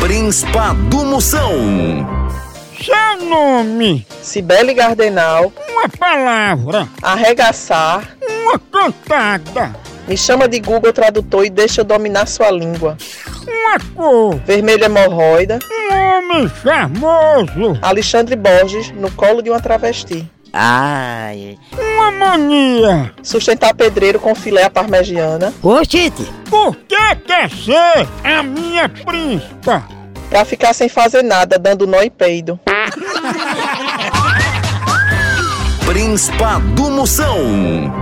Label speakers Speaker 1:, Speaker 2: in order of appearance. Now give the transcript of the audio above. Speaker 1: Marins Padu Moção.
Speaker 2: Seu nome,
Speaker 3: Cibele Gardenal,
Speaker 2: uma palavra,
Speaker 3: arregaçar,
Speaker 2: uma cantada,
Speaker 3: me chama de Google Tradutor e deixa eu dominar sua língua.
Speaker 2: uma cor,
Speaker 3: Vermelho hemorroida,
Speaker 2: um homem charmoso,
Speaker 3: Alexandre Borges no colo de uma travesti.
Speaker 4: Ai.
Speaker 2: uma mania.
Speaker 3: Sustentar pedreiro com filé à parmegiana,
Speaker 4: Oxente.
Speaker 2: Por que quer ser a minha príncipa?
Speaker 3: pra ficar sem fazer nada, dando nó e peido.
Speaker 1: Príncipa do Moção.